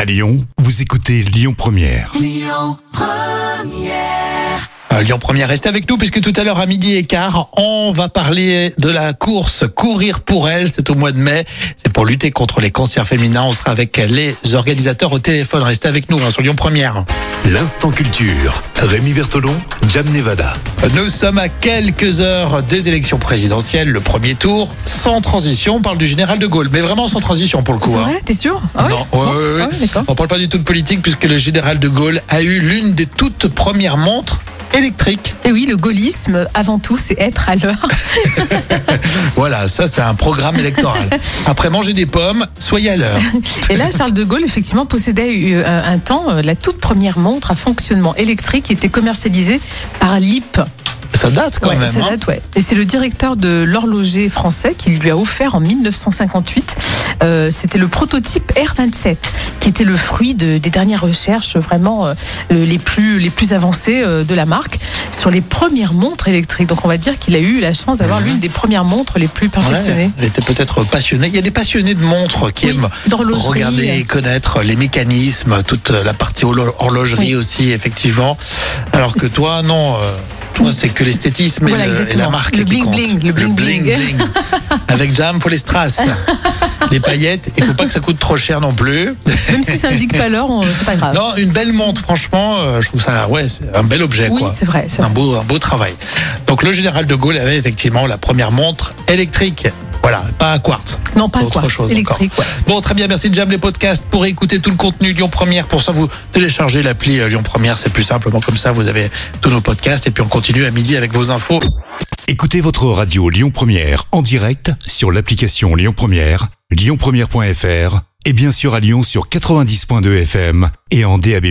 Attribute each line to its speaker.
Speaker 1: À Lyon, vous écoutez Lyon Première.
Speaker 2: Euh, Lyon Première, restez avec nous puisque tout à l'heure à midi et quart, on va parler de la course Courir pour elle. C'est au mois de mai. C'est pour lutter contre les cancers féminins. On sera avec les organisateurs au téléphone. Restez avec nous hein, sur Lyon Première.
Speaker 1: L'instant culture. Rémi Bertolon, Jam Nevada.
Speaker 2: Nous sommes à quelques heures des élections présidentielles, le premier tour, sans transition. On parle du général de Gaulle, mais vraiment sans transition pour le coup.
Speaker 3: C'est
Speaker 2: hein.
Speaker 3: vrai, t'es sûr Ah ouais
Speaker 2: Non,
Speaker 3: Bon,
Speaker 2: ouais, ouais, ouais.
Speaker 3: ah ouais, d'accord.
Speaker 2: On parle pas du tout de politique puisque le général de Gaulle a eu l'une des toutes premières montres électriques.
Speaker 3: Et oui, le gaullisme, avant tout, c'est être à l'heure.
Speaker 2: Voilà, ça c'est un programme électoral. Après manger des pommes, soyez à l'heure.
Speaker 3: Et là, Charles de Gaulle, effectivement, possédait euh, un un temps euh, la toute première montre à fonctionnement électrique qui était commercialisée par E. LIP.
Speaker 2: Ça date quand
Speaker 3: Ouais,
Speaker 2: même.
Speaker 3: ça
Speaker 2: hein.
Speaker 3: date, ouais. Et c'est le directeur de l'horloger français qui lui a offert en 1958. Euh, C'était le prototype R27, qui était le fruit de- des dernières recherches vraiment euh, le- les, plus, les plus avancées euh, de la marque sur les premières montres électriques. Donc on va dire qu'il a eu la chance
Speaker 2: Mhm.
Speaker 3: d'avoir l'une des premières montres les plus
Speaker 2: Ouais,
Speaker 3: perfectionnées.
Speaker 2: elle était peut-être passionnée. Il y a des passionnés de montres qui
Speaker 3: Oui,
Speaker 2: aiment
Speaker 3: d'horlogerie.
Speaker 2: regarder et connaître les mécanismes, toute la partie horlo- horlogerie aussi, effectivement. Alors que toi, non. euh, Toi, c'est que l'esthétisme et
Speaker 3: Voilà,
Speaker 2: le- et, la
Speaker 3: exactement.
Speaker 2: marque
Speaker 3: Le
Speaker 2: qui compte.
Speaker 3: bling-bling, le bling-bling.
Speaker 2: bling-bling. Avec Jam, faut les strass. les paillettes. Il faut pas que ça coûte trop cher non plus.
Speaker 3: Même si ça indique pas l'heure, on- c'est pas grave.
Speaker 2: Non, une belle montre, franchement, euh, je trouve ça, ouais, c'est un bel objet,
Speaker 3: oui,
Speaker 2: quoi.
Speaker 3: c'est vrai. c'est
Speaker 2: C'est un
Speaker 3: vrai.
Speaker 2: beau, un beau travail. Donc le général de Gaulle avait effectivement la première montre électrique. Voilà, pas à quartz.
Speaker 3: Non, pas
Speaker 2: Autre
Speaker 3: quoi.
Speaker 2: chose
Speaker 3: électrique. ouais.
Speaker 2: Bon, très bien, merci de Jam les podcasts pour écouter tout le contenu Lyon Première. Pour ça, vous téléchargez l'appli euh, Lyon Première, c'est plus simplement comme ça, vous avez tous nos podcasts et puis on continue à midi avec vos infos.
Speaker 1: Écoutez votre radio Lyon Première en direct sur l'application Lyon Première, lyonpremière.fr et bien sûr à Lyon sur 90.2 FM et en DAB+.